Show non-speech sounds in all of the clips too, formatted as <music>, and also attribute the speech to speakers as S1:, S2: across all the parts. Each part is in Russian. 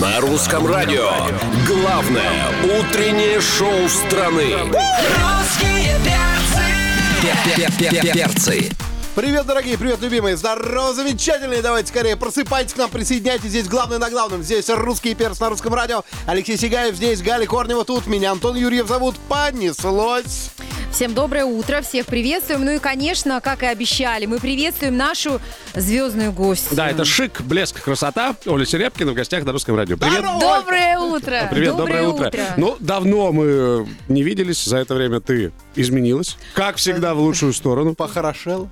S1: На русском радио. Главное утреннее шоу страны.
S2: Русские перцы.
S1: Перцы.
S3: Привет, дорогие, привет, любимые, здорово, замечательные, давайте скорее просыпайтесь к нам, присоединяйтесь, здесь главное на главном, здесь русский перс на русском радио, Алексей Сигаев здесь, Галя Корнева тут, меня Антон Юрьев зовут, понеслось.
S4: Всем доброе утро, всех приветствуем. Ну и, конечно, как и обещали, мы приветствуем нашу звездную гостью.
S5: Да, это шик, блеск, красота. Оля Серебкина в гостях на русском радио. Привет.
S3: Здорово,
S4: Доброе утро!
S5: Привет, доброе, утро. Ну, давно мы э, не виделись. За это время ты изменилась. Как всегда, в лучшую сторону.
S3: Похорошел.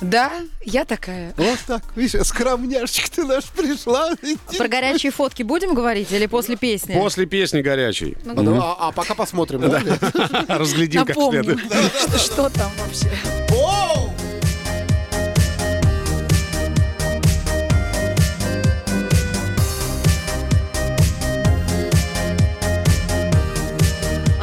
S4: Да, я такая.
S3: Вот так, видишь, скромняшечка ты наш пришла.
S4: Про горячие фотки будем говорить или после песни?
S5: После песни горячей.
S3: Ну, а, а пока посмотрим. да, Оля?
S5: Разглядим, как
S4: Напомню,
S5: следует. <laughs>
S4: что, что там вообще.
S3: Оу!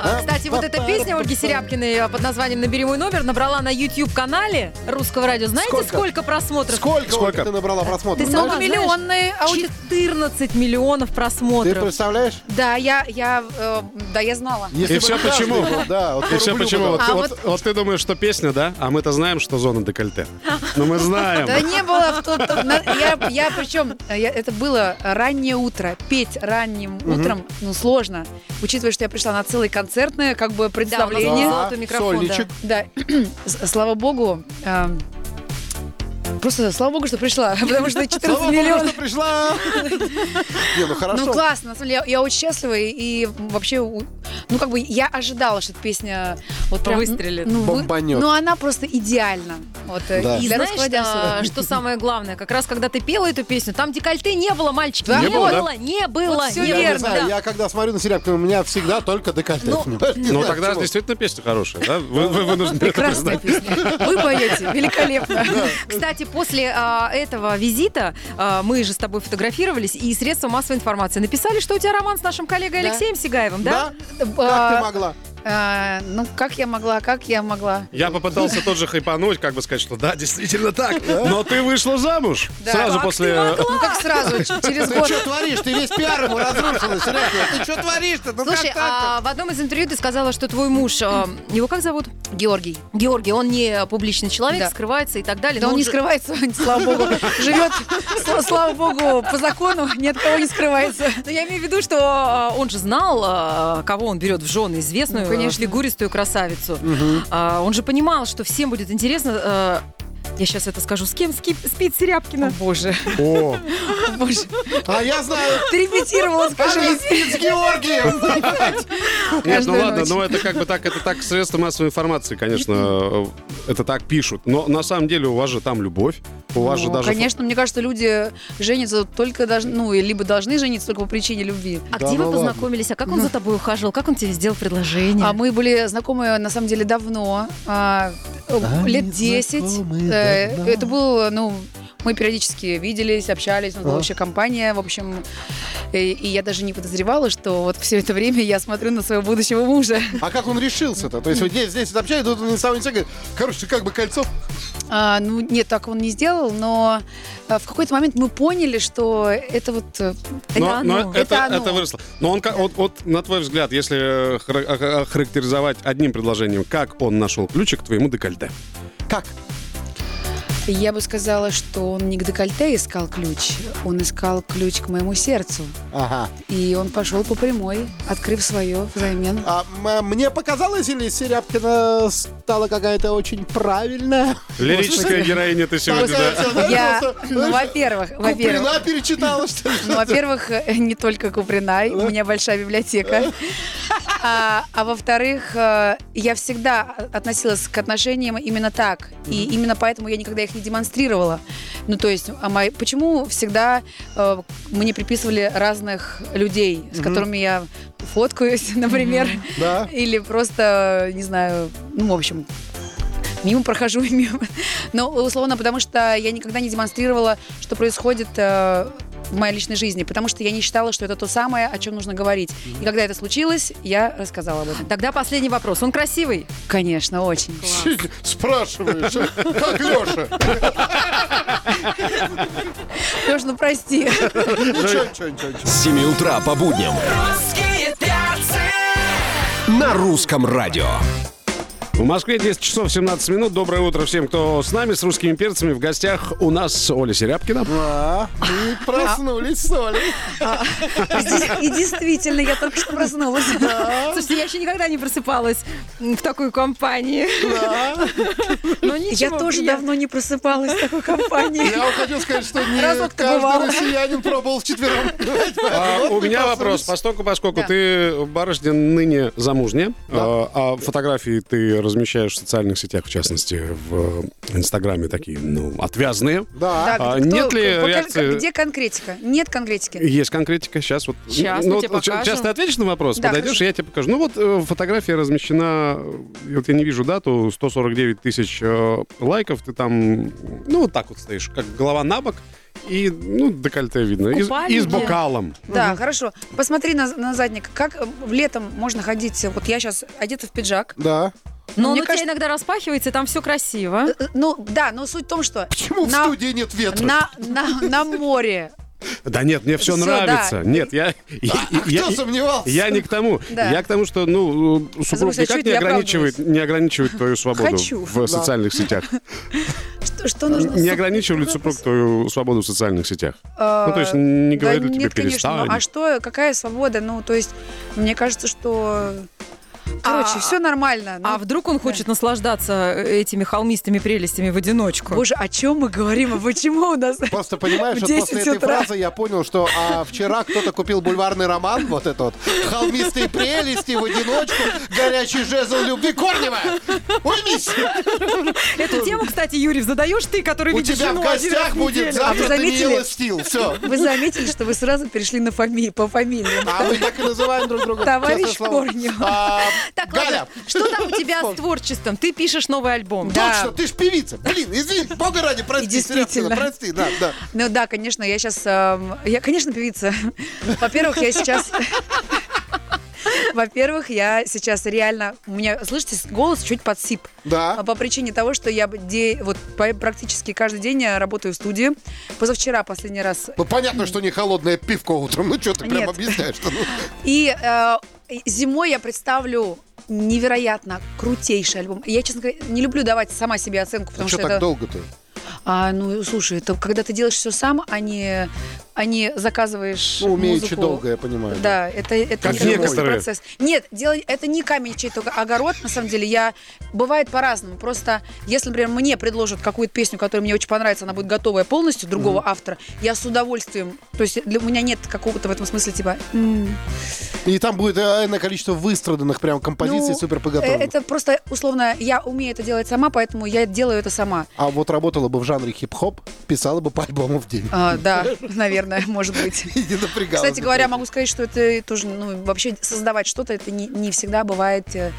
S4: А, Кстати, вот эта песня Ольги Серябкиной а, под названием «Набери мой номер» набрала на YouTube-канале Русского радио. Знаете,
S3: Сколько?
S4: сколько, просмотров?
S3: Сколько,
S5: Сколько?
S3: Оля,
S5: а
S3: ты набрала просмотров?
S4: Ты сама
S3: знаешь?
S4: знаешь, 14 миллионов
S3: Ты
S4: просмотров.
S3: представляешь?
S6: Да, я, я, э, да, я знала.
S3: Если
S5: И
S3: бы
S5: всё
S3: не каждый
S5: почему?
S3: год, Да, вот
S5: И
S3: по
S5: все
S3: рублю
S5: почему?
S3: бы
S5: Вот,
S3: дала.
S6: А
S5: вот-
S6: вот-
S5: вот ты думаешь, что песня, да? А мы-то знаем, что зона декольте. Но мы
S6: Да
S5: знаем.
S6: не было в тот, на- я, я причем, я- это было раннее утро. Петь ранним утром, ну, сложно. Учитывая, что я пришла на целый концертное, как бы, представление.
S4: золотой микрофон,
S3: сольничек.
S6: Да, <clears throat> С- слава богу, э, просто слава богу, что пришла, <laughs> потому что 14
S3: Слава богу,
S6: миллионов.
S3: что пришла. <laughs> Не, ну хорошо.
S6: Ну классно, на самом деле я, я очень счастлива и, и вообще, у- ну как бы я ожидала, что эта песня вот прям,
S4: Выстрелит.
S6: ну, вы-
S3: Бомбанет.
S6: Но она просто идеальна. Вот э,
S3: Да.
S6: и
S4: И
S6: для
S4: знаешь,
S6: русского диаспора.
S4: а, что самое главное? Как раз, когда ты пела эту песню, там декольте не было, мальчики.
S6: Да?
S4: Не,
S6: Не
S5: было,
S4: было,
S5: да?
S4: не было,
S6: Вот всё
S4: не
S3: Я
S4: было.
S3: не знаю, я когда смотрю на Серябкина, у меня всегда только декольте.
S4: Ну,
S3: понимаешь? Не
S5: Ну,
S3: знаю,
S5: тогда
S3: почему.
S5: действительно песня хорошая, да? Вы вы вынуждены это
S6: Прекрасная
S5: признать.
S6: песня. Вы поете великолепно.
S4: Кстати, после а, этого визита а, мы же с тобой фотографировались, и средства массовой информации написали, что у тебя роман с нашим коллегой
S6: Да.
S4: Алексеем Сигаевым, да?
S3: Да?
S6: Э,
S3: Как ты могла?
S6: А, Ну, как я могла, как я могла.
S5: Я попытался тоже хайпануть, как бы сказать, что
S1: А
S5: да, действительно так. Но ты вышла замуж
S6: Да.
S5: сразу
S6: Как
S5: после
S6: Ну, как сразу, ч- через
S3: Ты
S6: год.
S3: что творишь? Ты весь пиар ему разрушила, Серябкина. Ты что творишь-то? Ну
S4: Слушай,
S3: как так-то?
S4: а в одном из интервью ты сказала, что твой муж, а, его как зовут?
S6: Георгий.
S4: Георгий, он не публичный человек,
S6: Да.
S4: скрывается и так далее.
S6: Да
S4: но
S6: он не
S4: же-
S6: скрывается, <laughs> слава богу. Живет, сла- слава богу, по закону ни от кого не скрывается.
S4: Ну, я имею в виду, что а, он же знал, а, кого он берет в жены, известную,
S6: Ну, конечно.
S4: фигуристую красавицу. А, Он же понимал, что всем будет интересно. э, Я сейчас это скажу. С кем скип- спит Серябкина? боже. <laughs>
S5: О,
S6: Боже,
S3: А я знаю,
S6: ты репетировала,
S3: она
S6: скажи.
S3: спит с Георгием.
S5: Нет, ну
S6: Каждую
S5: ладно,
S6: ночь.
S5: но это как бы так, это так средства массовой информации, конечно, э, это так пишут. Но на самом деле у вас же там любовь, у вас же
S6: Ну,
S5: даже... фо-
S6: Конечно, мне кажется, люди женятся только должны, ну, и либо должны жениться только по причине любви.
S4: А
S3: Да
S4: где
S3: ну
S4: вы
S3: ладно.
S4: познакомились? А как он за тобой ухаживал? Как он тебе сделал предложение?
S6: А мы были знакомы на самом деле давно, а, э, лет 10. Э, Это было, ну, мы периодически виделись, общались, у нас была общая компания, в общем. И, и я даже не подозревала, что вот все это время я смотрю на своего будущего мужа.
S3: А как он решился-то? То есть вот здесь, здесь вот общаюсь, тут он сам не говорит, короче, как бы кольцо.
S6: А, ну, нет, так он не сделал, но а, в какой-то момент мы поняли, что это вот... э,
S4: Это
S5: но, но
S4: оно.
S5: это,
S6: Это оно.
S5: это выросло. Но он, ка- вот, вот на твой взгляд, если э, хра- охар- охарактеризовать одним предложением, как он нашел ключик к твоему декольте?
S3: Как?
S6: Я бы сказала, что он не к декольте искал ключ, он искал ключ к моему сердцу.
S3: Ага.
S6: И он пошел по прямой, открыв свое взамен.
S3: А м- мне показалось, или Серябкина стала какая-то очень правильная?
S5: Лирическая героиня ты сегодня, да?
S6: Я, ну, во-первых, во-первых,
S3: Куприна перечитала, что ли?
S6: Ну, во-первых, э, не только Куприна, и у меня большая библиотека. А, а во-вторых, э, я всегда относилась к отношениям именно так. И именно поэтому я никогда их не демонстрировала. Ну, то есть, а мои- почему всегда э, мне приписывали разных людей, с которыми я фоткаюсь, <laughs> например,
S3: Да.
S6: <laughs> или просто, не знаю, ну, в общем, мимо прохожу и мимо. Но условно, потому что я никогда не демонстрировала, что происходит э, в моей личной жизни, потому что я не считала, что это то самое, о чем нужно говорить. И когда это случилось, я рассказала об этом.
S4: Тогда последний вопрос. Он красивый?
S6: Конечно, очень.
S3: Спрашиваешь, а? как Леша?
S6: Леш, ну прости.
S3: Ничего, ничего, ничего. ничего.
S1: С 7 утра по будням
S2: Русские перцы.
S1: на русском радио.
S5: В Москве 10 часов 17 минут. Доброе утро всем, кто с нами, с русскими перцами. В гостях у нас Оля Серябкина.
S3: А, и проснулись, Соли.
S6: И действительно, я только что проснулась.
S4: Слушайте, я еще никогда не просыпалась м, в такой компании. Но
S6: Я
S4: ничего,
S6: тоже
S4: приятно.
S6: давно не просыпалась в такой компании.
S3: Я вам хотел сказать, что не
S6: Разок-то
S3: каждый
S6: бывало.
S3: россиянин пробовал вчетвером.
S5: А, у меня
S3: проснулись.
S5: вопрос. Поскольку, поскольку ты барышня ныне замужняя, а, а фотографии ты размещаешь в социальных сетях, в частности, в э, Инстаграме такие, ну, отвязные.
S3: Да.
S6: Так,
S5: А
S6: кто-
S5: нет ли
S6: пока-
S5: реакции?
S6: Где конкретика? Нет конкретики.
S5: Есть конкретика, сейчас вот.
S4: Щас мы
S5: ну,
S4: тебе
S5: вот щ-
S4: покажем.
S5: щас ты ответишь на вопрос,
S6: Да,
S5: подойдешь,
S6: хорошо.
S5: и я тебе покажу. Ну вот э, фотография размещена, э, вот я не вижу дату, 149 тысяч э, лайков, ты там, ну вот так вот стоишь, как голова на бок, и, ну, декольте видно, и, с-
S4: Купальники.
S5: и с бокалом.
S6: Да, хорошо. Посмотри на, на задник. Как э, летом можно ходить? Вот я сейчас одета в пиджак.
S3: Да.
S4: <laughs> Но он
S6: Мне
S4: у тебя
S6: кажется-
S4: иногда распахивается, и там все красиво.
S6: Э, Ну, да, но суть в том, что...
S3: Почему в
S6: на-
S3: студии нет ветра?
S6: На, на, на море.
S5: Да нет, мне все
S6: Всё,
S5: нравится.
S6: да. А,
S5: Нет, я... я- я-
S3: Кто сомневался?
S5: Я не к тому.
S6: Да.
S5: Я к тому, что ну, э, супруг
S6: Слушай, а
S5: никак
S6: чё
S5: не
S6: я
S5: ограничивает, не ограничивает твою свободу
S6: Хочу.
S5: в социальных сетах.
S6: Что, что <laughs> нужно?
S5: Не
S6: Суп-
S5: ограничивает ли супруг твою свободу в социальных сетях?
S6: А,
S5: Ну, то есть не
S6: да
S5: говорит ли тебе
S3: типа,
S6: нет, конечно.
S5: перестань?
S6: Ну, а что, какая свобода? Ну, то есть, мне кажется, что... Короче,
S4: А-
S6: все нормально. Ну,
S4: А вдруг он хочет наслаждаться э, этими холмистыми прелестями в одиночку?
S6: Боже, о чем мы говорим? А почему у нас...
S3: Просто понимаешь,
S6: В
S3: вот после
S6: 10
S3: этой
S6: утра.
S3: фразы я понял, что а, вчера кто-то купил бульварный роман, вот этот вот, «Холмистые прелести в одиночку», «Горячий жезл любви Корнева». Уймись!
S4: Эту тему, кстати, Юрий, задаешь ты, который
S3: У
S4: видишь
S3: тебя в
S4: жену один раз
S3: гостях
S4: в
S3: будет
S4: неделю.
S6: А
S3: завтра
S6: вы заметили?
S3: Даниила Стил. Все.
S6: Вы заметили, что вы сразу перешли на фами... по фамилиям.
S3: А мы так и называем друг друга.
S6: Товарищ
S3: честное слово.
S6: Корнев.
S3: А,
S4: Так,
S3: Галя,
S4: ладно, что там у тебя с творчеством? Ты пишешь новый альбом.
S6: Да.
S3: точно, ты ж певица. Блин, извини, бога ради, прости,
S6: Действительно.
S3: Серёжкина, прости, да, да.
S6: Ну да, конечно, я сейчас... я, конечно, певица. Во-первых, я сейчас... <laughs> Во-первых, я сейчас реально... У меня, слышите, голос чуть подсип.
S3: Да.
S6: А По причине того, что я де- вот, по- практически каждый день я работаю в студии. Позавчера последний раз.
S3: Ну, понятно, что не холодное пивко утром. Ну, что ты прям
S6: Нет.
S3: объясняешь? что, ну,
S6: И э, зимой я представлю невероятно крутейший альбом. Я, честно говоря, не люблю давать сама себе оценку, <laughs> потому
S3: что
S6: что,
S3: так
S6: это...
S3: долго-то?
S6: А, ну, слушай, это когда ты делаешь все сам, а не, а не заказываешь
S3: Ну, умеючи
S6: музыку.
S3: долго, я понимаю.
S6: Да, это, это
S5: Как
S6: непростой
S5: некоторые.
S6: процесс. Нет, дело, это не камень чей только огород, на самом деле. Я бывает по-разному. Просто, если, например, мне предложат какую-то песню, которая мне очень понравится, она будет готовая полностью другого автора, я с удовольствием. То есть для у меня нет какого-то в этом смысле типа. «М,
S3: И там будет э, энное количество выстраданных прям композиций
S6: ну,
S3: супер
S6: э,
S3: подготовленных.
S6: Это просто условно я умею это делать сама, поэтому я делаю это сама.
S3: А вот работала бы в жанре хип-хоп, писала бы по альбому в день. <laughs>
S6: А, да, наверное, может быть.
S3: И не напрягалась.
S6: Кстати говоря, могу сказать, что это тоже, ну, вообще создавать что-то, это не, не всегда бывает э,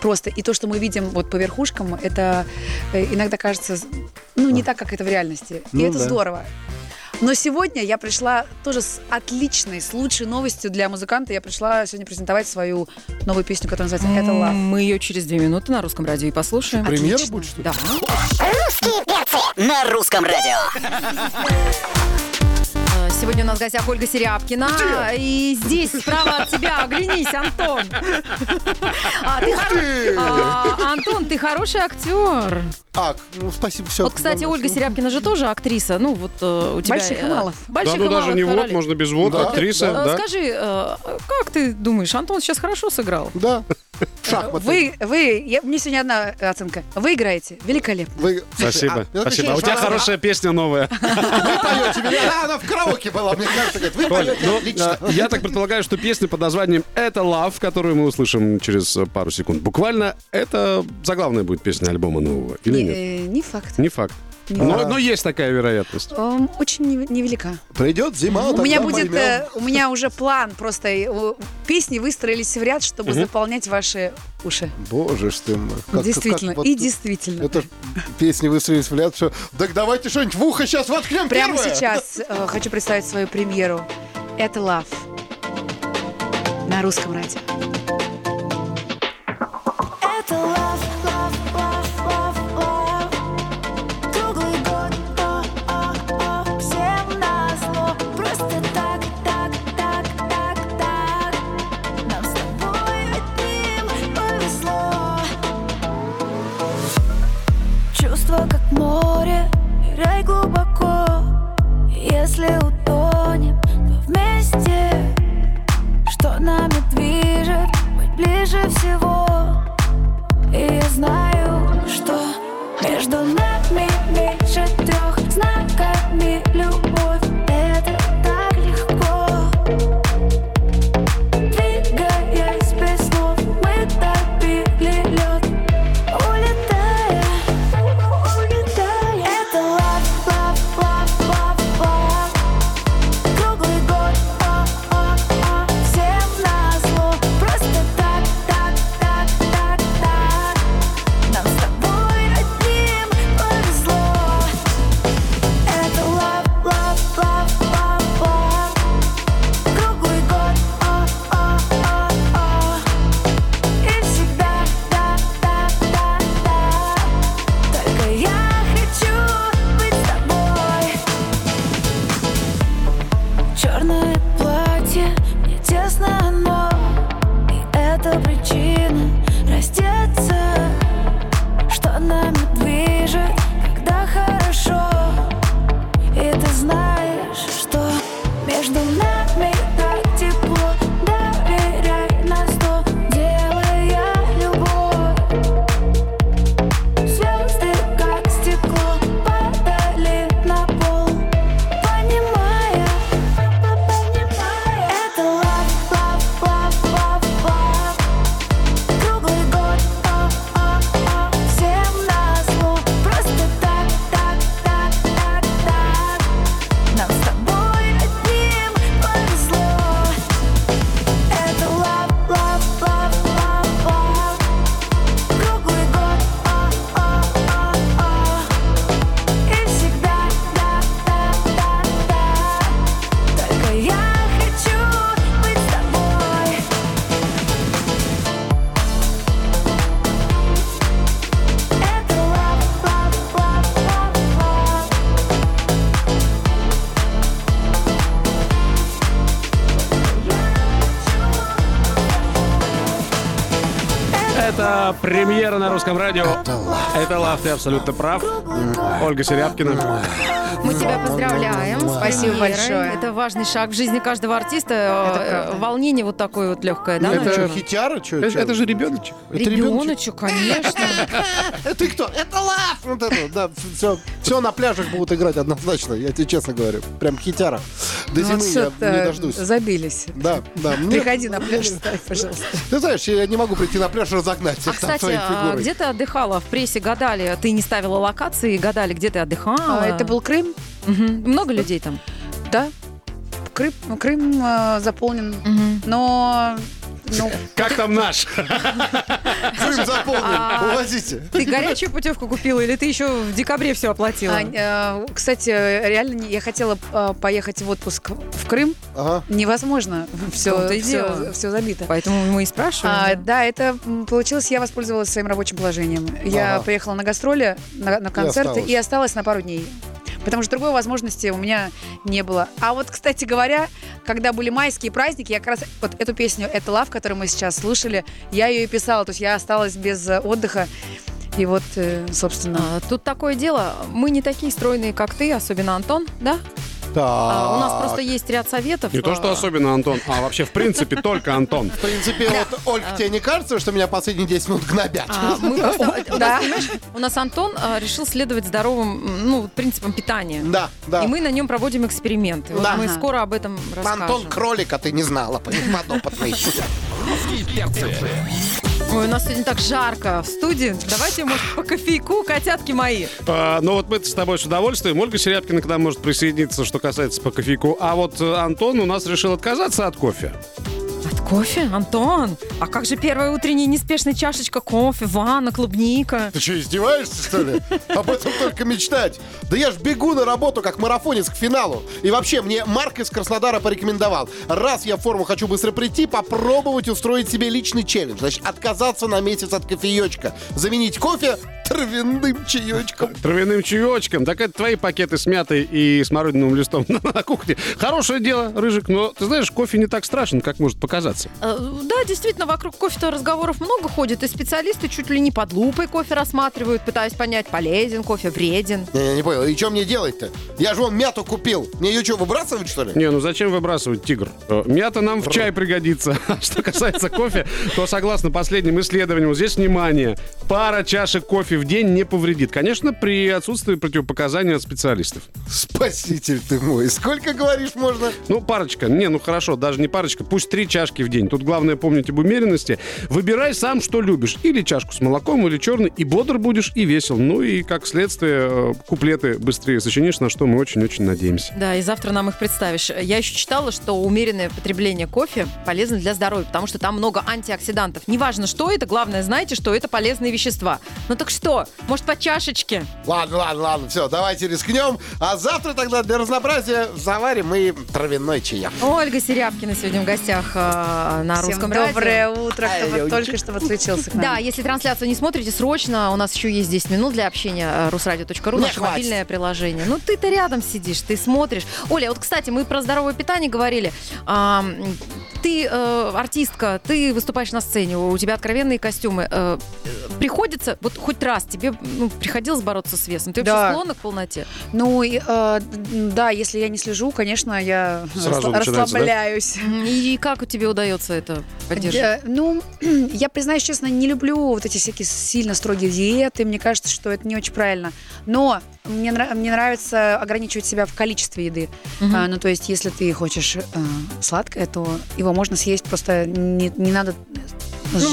S6: просто. И то, что мы видим вот по верхушкам, это э, иногда кажется, ну, не так, как это в реальности. И
S3: Ну
S6: это
S3: да.
S6: здорово. Но сегодня я пришла тоже с отличной, с лучшей новостью для музыканта. Я пришла сегодня презентовать свою новую песню, которая называется «Это
S4: М,
S6: Love».
S4: Мы ее через две минуты на русском радио и послушаем.
S3: Премьера
S4: Отлично.
S3: будет, что ли?
S4: Да.
S2: Русские перцы на русском радио.
S4: Э, Сегодня у нас в гостях Ольга Серябкина. И здесь справа от тебя, оглянись,
S3: <laughs>
S4: Антон. А, ты хоро- А, Антон, ты хороший актер.
S3: А, ну спасибо, все.
S4: Вот, кстати, Ольга Серябкина же тоже актриса. Ну, вот э, у тебя...
S6: Больших и
S4: э,
S6: малых.
S5: Да,
S4: Больших
S5: ну
S4: и
S5: даже
S4: малых
S5: не
S4: на
S5: вот,
S4: роли.
S5: можно без вот,
S3: Да.
S5: актриса,
S6: Ну,
S4: Э,
S5: да.
S4: Скажи, э, как ты думаешь, Антон сейчас хорошо сыграл?
S3: Да.
S6: <laughs>
S3: Шахматы.
S6: Вы, вы, я, мне сегодня одна оценка. Вы играете великолепно.
S3: Вы-
S5: Спасибо,
S3: Слушай, а, ну,
S5: спасибо. А у тебя
S3: слушай, она-
S5: хорошая песня
S6: <laughs>
S5: новая.
S3: Вы поете. меня- Она, она в караоке была, мне кажется. Говорит, вы
S5: Коль,
S3: поете
S5: ну,
S3: отлично.
S5: э, я так предполагаю, что песня под названием «Это Love», которую мы услышим через э, пару секунд, буквально это заглавная будет песня альбома нового, или нет?
S6: Э, не факт.
S5: Не факт.
S6: Не
S5: Но, но есть такая вероятность.
S6: знаю. Эм, Очень нев- невелика.
S3: Придет зима,
S6: у
S3: Ну, тогда
S6: меня будет,
S3: поймем.
S6: э, у меня уже план просто э, у- песни выстроились в ряд, чтобы заполнять ваши уши.
S3: Боже ж ты мой. Как-
S6: действительно
S3: как вот
S6: и
S3: тут-
S6: действительно.
S3: Это ж песни выстрелились в ляд, что так давайте что-нибудь в ухо сейчас воткнем
S6: Прямо
S3: первое!»
S6: сейчас э, хочу представить свою премьеру. Это Love на русском радио.
S7: Это лав, лав, лав, лав, лав Круглый год, о-о-о Всем назло Просто так, так, так, так, так Нам с тобой одним повезло Чувство как море, играй глубоко Если утонем, то вместе Что нами движет, быть ближе всего и я знаю, что между нами меньше трех знаками любовь. Это так легко. Двигаясь без слов, мы добили лед. Улетая, улетая. Это лав, лав, лав, лав, лав. Круглый год, о-о-о, всем назло Просто так, так, так, так, так Нам с тобой одним повезло Это лав, лав, лав, лав, лав Круглый год, о-о-о-о И всегда так, так, так, так Только я хочу быть с тобой Черное платье, мне тесно оно И это причина раздеться Что нами движет, когда хорошо И ты знаешь, что между нами так тепло Доверяй на сто, делая любовь Звезды, как стекло, падали на пол Понимая, понимая Это лав, лав, лав, лав, лав Круглый год, о-о-о Всем назло Просто так, так, так, так, так Нам с тобой одним повезло Это лав, лав, лав, лав, лав Круглый год, о-о-о-о И всегда да-да-да-да Только я хочу быть с тобой Это лав-лав-лав-лав-лав
S5: Это премьера на русском радио. Это лав, ты абсолютно прав. Ольга Серябкина.
S4: Мы тебя поздравляем. с
S6: Спасибо
S4: премьерой.
S6: большое.
S4: Это важный шаг в жизни каждого артиста. Э,
S6: правда.
S4: Волнение вот такое вот легкое, да?
S3: Это
S4: Надя?
S3: что, хитяра? Чё,
S5: Это,
S3: чё?
S5: это же ребеночек.
S3: Это ребёночек?
S4: Ребеночек,
S5: <laughs>
S4: конечно.
S3: Э, Ты кто? Это лав! Вот это, да, все, все на пляжах будут играть однозначно, я тебе честно говорю. Прям хитяра. До
S6: Ну
S3: зимы
S6: вот
S3: я
S6: всё-то
S3: не дождусь. Ну,
S6: Забились.
S3: Да, да. мне-
S6: Приходи на пляж, ставь, пожалуйста.
S4: <laughs>
S3: Ты знаешь, я не могу прийти на пляж и разогнать всех
S4: А,
S3: там
S4: кстати,
S3: своей
S4: а,
S3: фигурой.
S4: где ты отдыхала? В прессе гадали. Ты не ставила локации, гадали, где ты отдыхала.
S6: А, Это был Крым,
S4: Мгм. Много людей там?
S6: да? Крым, Крым э, заполнен, но ну,
S5: Как там наш?
S3: Крым заполнен,
S4: а-
S3: увозите.
S4: Ты горячую путевку купила или ты еще в декабре все оплатила?
S6: А, э, кстати, реально не- я хотела э, поехать в отпуск в Крым.
S3: Ага.
S6: Невозможно. Все,
S4: том-то и дело.
S6: все, забито.
S4: Поэтому мы и
S6: А,
S4: спрашиваем.
S6: да, это м, получилось, я воспользовалась своим рабочим положением. Я
S3: Ага.
S6: поехала на гастроли, на, на концерты
S3: осталась.
S6: и осталась на пару дней. Потому что другой возможности у меня не было. А вот, кстати говоря, когда были майские праздники, я как раз вот эту песню «Это лав», которую мы сейчас слушали, я ее и писала. То есть я осталась без э, отдыха. И вот, э, собственно...
S4: А, Тут такое дело, мы не такие стройные, как ты, особенно Антон, да?
S3: Так.
S4: А, У нас просто есть ряд советов.
S5: Не то, что
S4: А,
S5: особенно Антон, а вообще в принципе только Антон.
S3: В принципе, вот, Ольга, тебе не кажется, что меня последние 10 минут гнобят?
S4: а, мы просто- у
S6: Да.
S4: нас, понимаешь, у нас Антон а, решил следовать здоровым м, ну, принципам питания.
S3: Да, да.
S4: И мы на нем проводим эксперименты. Вот
S3: Да.
S4: мы
S6: Ага.
S4: скоро об этом расскажем.
S3: Антон Кролика ты не знала, подопытный.
S4: Ой, у нас сегодня так жарко в студии. Давайте, может, по кофейку, котятки мои.
S5: А, ну вот мы с тобой с удовольствием. Ольга Серябкина к нам может присоединиться, что касается по кофейку. А вот э, Антон у нас решил отказаться от кофе.
S4: От кофе, Антон? А как же первая утренняя неспешная чашечка кофе, ванна, клубника?
S3: Ты что, издеваешься, что ли? Об этом только мечтать. Да я ж бегу на работу, как марафонец к финалу. И вообще, мне Марк из Краснодара порекомендовал. Раз я в форму хочу быстро прийти, попробовать устроить себе личный челлендж. Значит, отказаться на месяц от кофеечка. Заменить кофе травяным чаечком.
S5: Травяным чаечком. Так это твои пакеты с мятой и смородиновым листом <laughs> на, кухне. Хорошее дело, Рыжик, но ты знаешь, кофе не так страшен, как может показаться.
S4: Э, Да, действительно, вокруг кофе-то разговоров много ходит, и специалисты чуть ли не под лупой кофе рассматривают, пытаясь понять, полезен кофе, вреден.
S3: Я не понял, и что мне делать-то? Я же вон мяту купил. Мне ее что, выбрасывать, что ли?
S5: Не, ну зачем выбрасывать тигр? Э, Мята нам в чай пригодится. <laughs> А Что касается кофе, то согласно последним исследованиям, вот здесь внимание, пара чашек кофе в день не повредит. Конечно, при отсутствии противопоказаний от специалистов.
S3: Спаситель ты мой. Сколько, говоришь, можно?
S5: Ну, парочка. Не, ну хорошо, даже не парочка. Пусть три чашки в день. Тут главное помнить об умеренности. Выбирай сам, что любишь. Или чашку с молоком, или черный. И бодр будешь, и весел. Ну и, как следствие, э, куплеты быстрее сочинишь, на что мы очень-очень надеемся.
S4: Да, и завтра нам их представишь. Я еще читала, что умеренное потребление кофе полезно для здоровья, потому что там много антиоксидантов. Неважно, что это, главное, знайте, что это полезные вещества. Ну так что, может, по чашечке?
S3: Ладно, ладно, ладно, все, давайте рискнем. А завтра тогда для разнообразия заварим мы травяной чая.
S4: Ольга Серябкина сегодня в гостях э, на
S6: Всем
S4: русском радио.
S6: доброе утро, кто вот только что подключился к нам.
S4: Да, если трансляцию не смотрите, срочно, у нас еще есть 10 минут для общения э, rusradio.ru,
S3: Мне
S4: наше
S3: хватит.
S4: мобильное приложение. Ну, ты-то рядом сидишь, ты смотришь. Оля, вот, кстати, мы про здоровое питание говорили. А, м, ты э, артистка, ты выступаешь на сцене, у тебя откровенные костюмы. Э, приходится, вот хоть раз тебе ну, приходилось бороться с весом? Ты
S6: Да.
S4: вообще склонна к полноте?
S6: Ну, и, э, да, если я не слежу, конечно, я
S5: Сразу
S6: расслаб-
S5: начинается, да?
S6: расслабляюсь.
S4: И как тебе удается это поддерживать?
S6: Э, Ну, <clears throat> я признаюсь честно, не люблю вот эти всякие сильно строгие диеты. Мне кажется, что это не очень правильно. Но мне, нра- мне нравится ограничивать себя в количестве еды.
S4: Мгм.
S6: А, ну, то есть, если ты хочешь э, сладкое, то его можно съесть, просто не, не надо ж-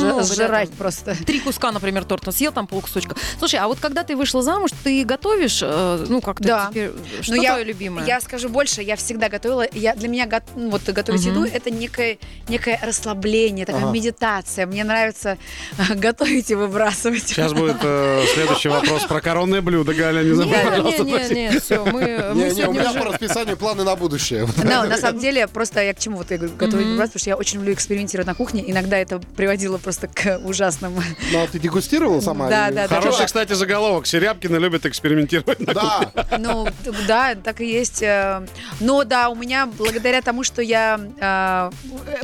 S4: много, да,
S6: жрать
S4: там.
S6: просто.
S4: Три куска, например, торта съел, там полкусочка. Слушай, а вот когда ты вышла замуж, ты готовишь, э, ну, как-то
S6: Да.
S4: теперь, что
S6: Ну, я-
S4: твое любимое?
S6: Я скажу больше, я всегда готовила. Я, для меня го- ну, вот готовить
S4: Мгм.
S6: еду это некое, некое расслабление, такая
S3: Ага.
S6: медитация. Мне нравится а, <laughs> готовить и выбрасывать. <laughs>
S5: Сейчас будет э, следующий вопрос про коронное блюдо, Галя, не
S4: Не,
S5: забудь, пожалуйста.
S4: не, не, не, все, мы,
S6: Э,
S4: мы
S3: Не, не, у
S4: сегодня
S3: меня
S4: уже...
S3: по расписанию планы на будущее.
S4: <laughs>
S6: Да, на самом деле, просто я к чему вот я говорю, готовить и выбрасывать, потому что я очень люблю экспериментировать на кухне. Иногда это приводило просто к <laughs> ужасным.
S4: <laughs>
S3: Ну, а ты дегустировала сама?
S6: Да,
S3: Или-
S6: да, да.
S5: Хороший, кстати, заголовок. Серябкина любит экспериментировать.
S3: Да,
S6: Ну, т- да, так и есть. э, Но да, у меня благодаря тому, что я э,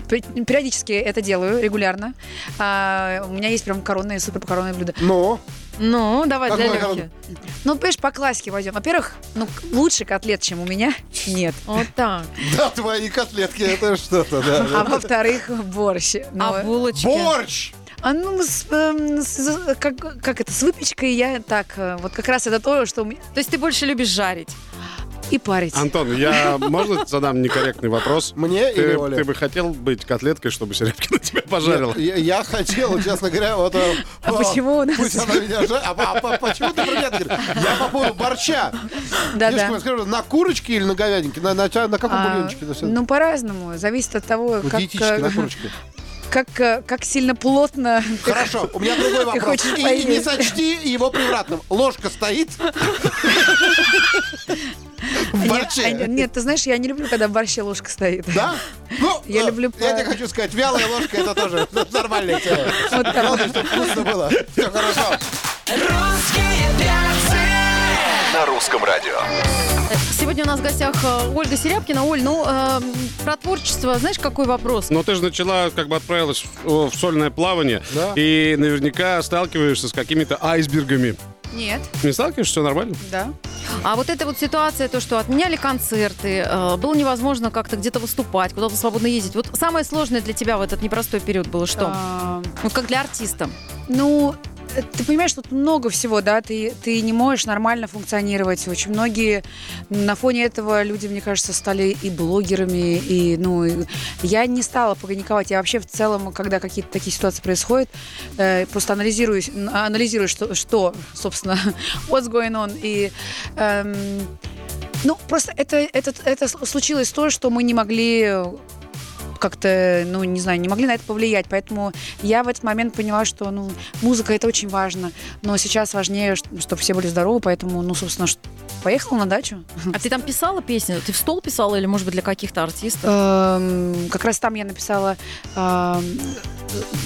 S6: пе- периодически это делаю регулярно, э, у меня есть прям коронные, супер коронные блюда.
S3: но...
S4: Ну, давай,
S3: Как
S4: для
S3: мы-
S4: Лехи.
S6: Ну, понимаешь, по классике возьмем. Во-первых, ну, к- лучше котлет, чем у меня, нет.
S4: Вот так.
S3: Да, твои котлетки, это что-то, да, да.
S6: А во-вторых, борщ. Ну,
S4: А булочки?
S3: Борщ!
S6: А ну, с, эм, с- как, как это, с выпечкой я так, э, вот как раз это то, что у меня...
S4: То есть ты больше любишь жарить?
S6: И парить.
S5: Антон, я, можно задам некорректный вопрос?
S3: Мне или
S5: Ты,
S3: Оле?
S5: ты бы хотел быть котлеткой, чтобы Серябкина <laughs> тебя пожарила?
S3: Я, я хотел, честно говоря, вот... э,
S6: А
S3: о,
S6: почему у нас-
S3: Пусть она меня жа- А, а по- почему ты про меня так говоришь? Я по поводу борща. Девочка, я
S6: Да-да.
S3: скажу, на курочке или на говядинке? На, на, ча- на каком
S6: А,
S3: бульончике? это всё?
S6: ну, по-разному. Зависит от того,
S3: Вот
S6: как,
S3: диетически, на
S6: э, <laughs>
S3: курочке.
S6: как, э, как сильно плотно.
S3: Хорошо, у меня другой вопрос.
S6: хочешь
S3: И
S6: поесть.
S3: не сочти его превратным. Ложка
S6: <laughs>
S3: стоит. В
S6: А,
S3: борче.
S6: Нет, ты знаешь, я не люблю, когда в борще ложка стоит.
S3: Да? Ну,
S6: Я
S3: э,
S6: люблю
S3: Я
S6: по-
S3: тебе хочу сказать, вялая ложка это тоже <laughs> ну, нормальная тема.
S6: Вот так.
S3: Главное, чтобы вкусно было. Все хорошо.
S2: Русские перцы.
S1: На русском радио.
S4: Сегодня у нас в гостях э, Ольга Серябкина. Оль, ну, э, про творчество, знаешь, какой вопрос?
S5: Но ты же начала, как бы отправилась в, в сольное плавание.
S3: Да.
S5: И наверняка сталкиваешься с какими-то айсбергами.
S6: Нет,
S5: Не сталкиваешься, все нормально?
S6: да.
S4: А вот эта вот ситуация, то, что отменяли концерты, э, было невозможно как-то где-то выступать, куда-то свободно ездить. Вот самое сложное для тебя в этот непростой период было что?
S6: А,
S4: Вот как для артиста.
S6: Ну, э, ты понимаешь, что тут много всего, да, ты, ты не можешь нормально функционировать. Очень многие на фоне этого люди, мне кажется, стали и блогерами, и, ну, и- я не стала паниковать. Я вообще в целом, когда какие-то такие ситуации происходят, э, просто анализирую, н- анализирую, что, что, собственно, <laughs> what's going on, и... эм, ну, просто это, это, это с- случилось то, что мы не могли как-то, ну, не знаю, не могли на это повлиять. Поэтому я в этот момент поняла, что, ну, музыка это очень важно. Но сейчас важнее, ну, чтобы все были здоровы, поэтому, ну, собственно, ш- поехала на дачу.
S4: А ты там писала песню? Ты в стол писала или, может быть, для каких-то артистов?
S6: Эм, Как раз там я написала эм,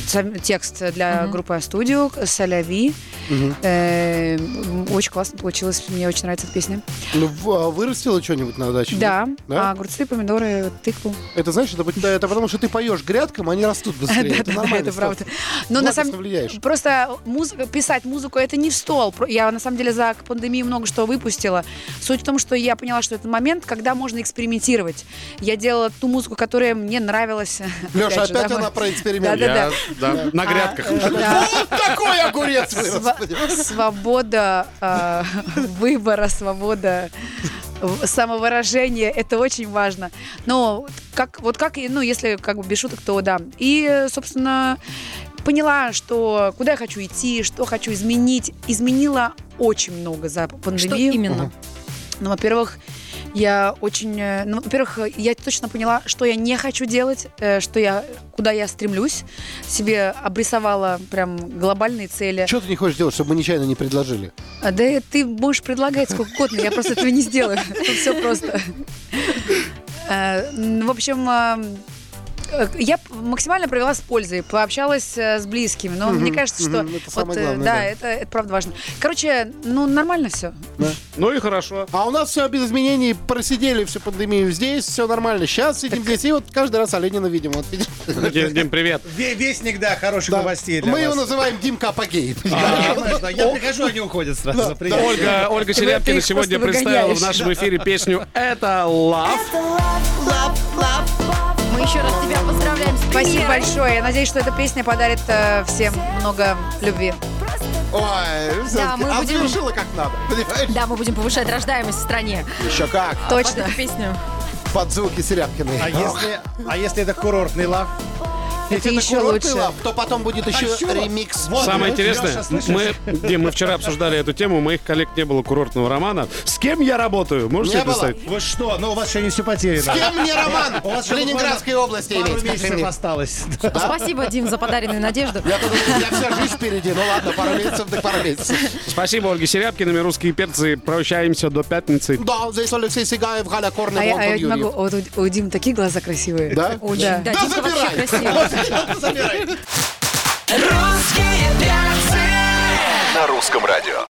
S6: сам текст для
S4: Мгм.
S6: группы Астудио «Соляви». Эм, Очень классно получилось, мне очень нравится эта песня.
S3: Ну, в- а вырастила что-нибудь на даче?
S6: Да, А
S3: Да?
S6: огурцы, помидоры, тыкву.
S3: Это знаешь, это, пот- это потому, что ты поешь грядкам, а они растут быстрее.
S6: Да,
S3: Это
S6: да,
S3: нормально.
S6: это правда.
S3: Стас.
S6: Но на
S3: Благостно
S6: самом
S3: влияешь.
S6: Просто музыка, писать музыку это не в стол. Про- Я на самом деле за пандемию много что выпустила. Суть в том, что я поняла, что это момент, когда можно экспериментировать. Я делала ту музыку, которая мне нравилась.
S3: Леша,
S6: же,
S3: опять
S6: да,
S3: она
S6: мы-
S3: про эксперимент.
S6: Да, А,
S5: Я, да, на грядках.
S6: Да.
S3: Вот такой огурец! вырос,
S6: Сва-
S3: господи.
S6: Свобода э, выбора, свобода в- самовыражения это очень важно. Но как вот как и, ну если как бы без шуток, то да. И э, собственно поняла, что куда я хочу идти, что хочу изменить, изменила очень много за
S4: Что
S6: пандемию.
S4: именно?
S6: Ну, во-первых, я очень, э, ну, во-первых, э, я точно поняла, что я не хочу делать, э, что я, куда я стремлюсь, себе обрисовала прям глобальные цели.
S3: Чего ты не хочешь делать, чтобы мы нечаянно не предложили?
S6: А, Да и ты можешь предлагать сколько угодно, я просто этого не сделаю. <laughs> Все просто. Э, ну, В общем, э, э, я п- максимально провела с пользой, пообщалась э, с близкими, но мне
S3: Мгм,
S6: кажется, что...
S3: мгм, это
S6: вот,
S3: самое
S6: э,
S3: главное,
S6: Да,
S3: да.
S6: это, это правда важно. Короче, ну нормально все.
S5: Ну и хорошо.
S3: А у нас все без изменений, просидели всю пандемию здесь, все нормально. Сейчас сидим здесь, и вот каждый раз Оленина видим. Вот, видишь?
S5: Дим, Дим, привет.
S8: Ве- Вестник, да, хороших новостей для
S3: Мы его
S8: вас.
S3: называем Димка Апогей.
S8: Да, понимаешь, да, Я прихожу, они уходят сразу. Привет.
S5: Ольга, Ольга
S6: ты
S5: Серябкина
S6: их
S5: сегодня
S6: просто
S5: представила в
S6: выгоняешь.
S5: нашем эфире песню «Это лав».
S4: Мы еще раз тебя поздравляем с
S6: Спасибо
S4: премьерой.
S6: большое. Я надеюсь, что эта песня подарит э, всем много любви.
S3: Ой,
S4: Да,
S3: всё-таки.
S4: мы
S3: А
S4: будем-
S3: завершила как надо, понимаешь?
S4: Да, мы будем повышать рождаемость в стране.
S3: Еще как,
S4: Под
S6: Точно.
S4: эту песню.
S3: под звуки Серябкиной.
S8: А если, а если это курортный лав?
S6: Это еще
S3: курортный
S6: лучше.
S3: лав, то потом будет еще
S8: А чё?
S3: ремикс.
S8: Вот,
S5: Самое
S8: вот,
S5: интересное,
S8: Лёша, слышишь?
S5: мы, Дим, мы вчера обсуждали эту тему, у моих коллег не было курортного романа. С кем я работаю? Можете
S3: Не
S5: себе
S3: было.
S5: представить?
S8: Вы что? Ну, у вас еще не все потеряно.
S3: С кем мне роман
S8: У вас
S3: в
S8: еще буквально
S3: Ленинградской области
S8: Пару
S3: иметь? скажи
S8: месяцев
S3: мне?
S8: осталось.
S4: Спасибо, Дим, за подаренную надежду.
S3: Я подумал, у меня вся жизнь впереди. Ну ладно, пару месяцев, так пару месяцев.
S5: Спасибо, Ольге Серябкиной, русские перцы. Прощаемся до пятницы.
S3: Да, здесь Алексей Сигаев, Галя
S6: А
S3: Корнев,
S6: я, а я
S3: Антон
S6: не могу.
S3: Юрьев.
S6: Вот у, у Димы такие глаза красивые.
S3: Да?
S4: Очень. Да,
S3: Да
S4: Димка вообще
S3: забирай. <laughs>
S4: красивый.
S2: Русские перцы.
S1: На русском радио.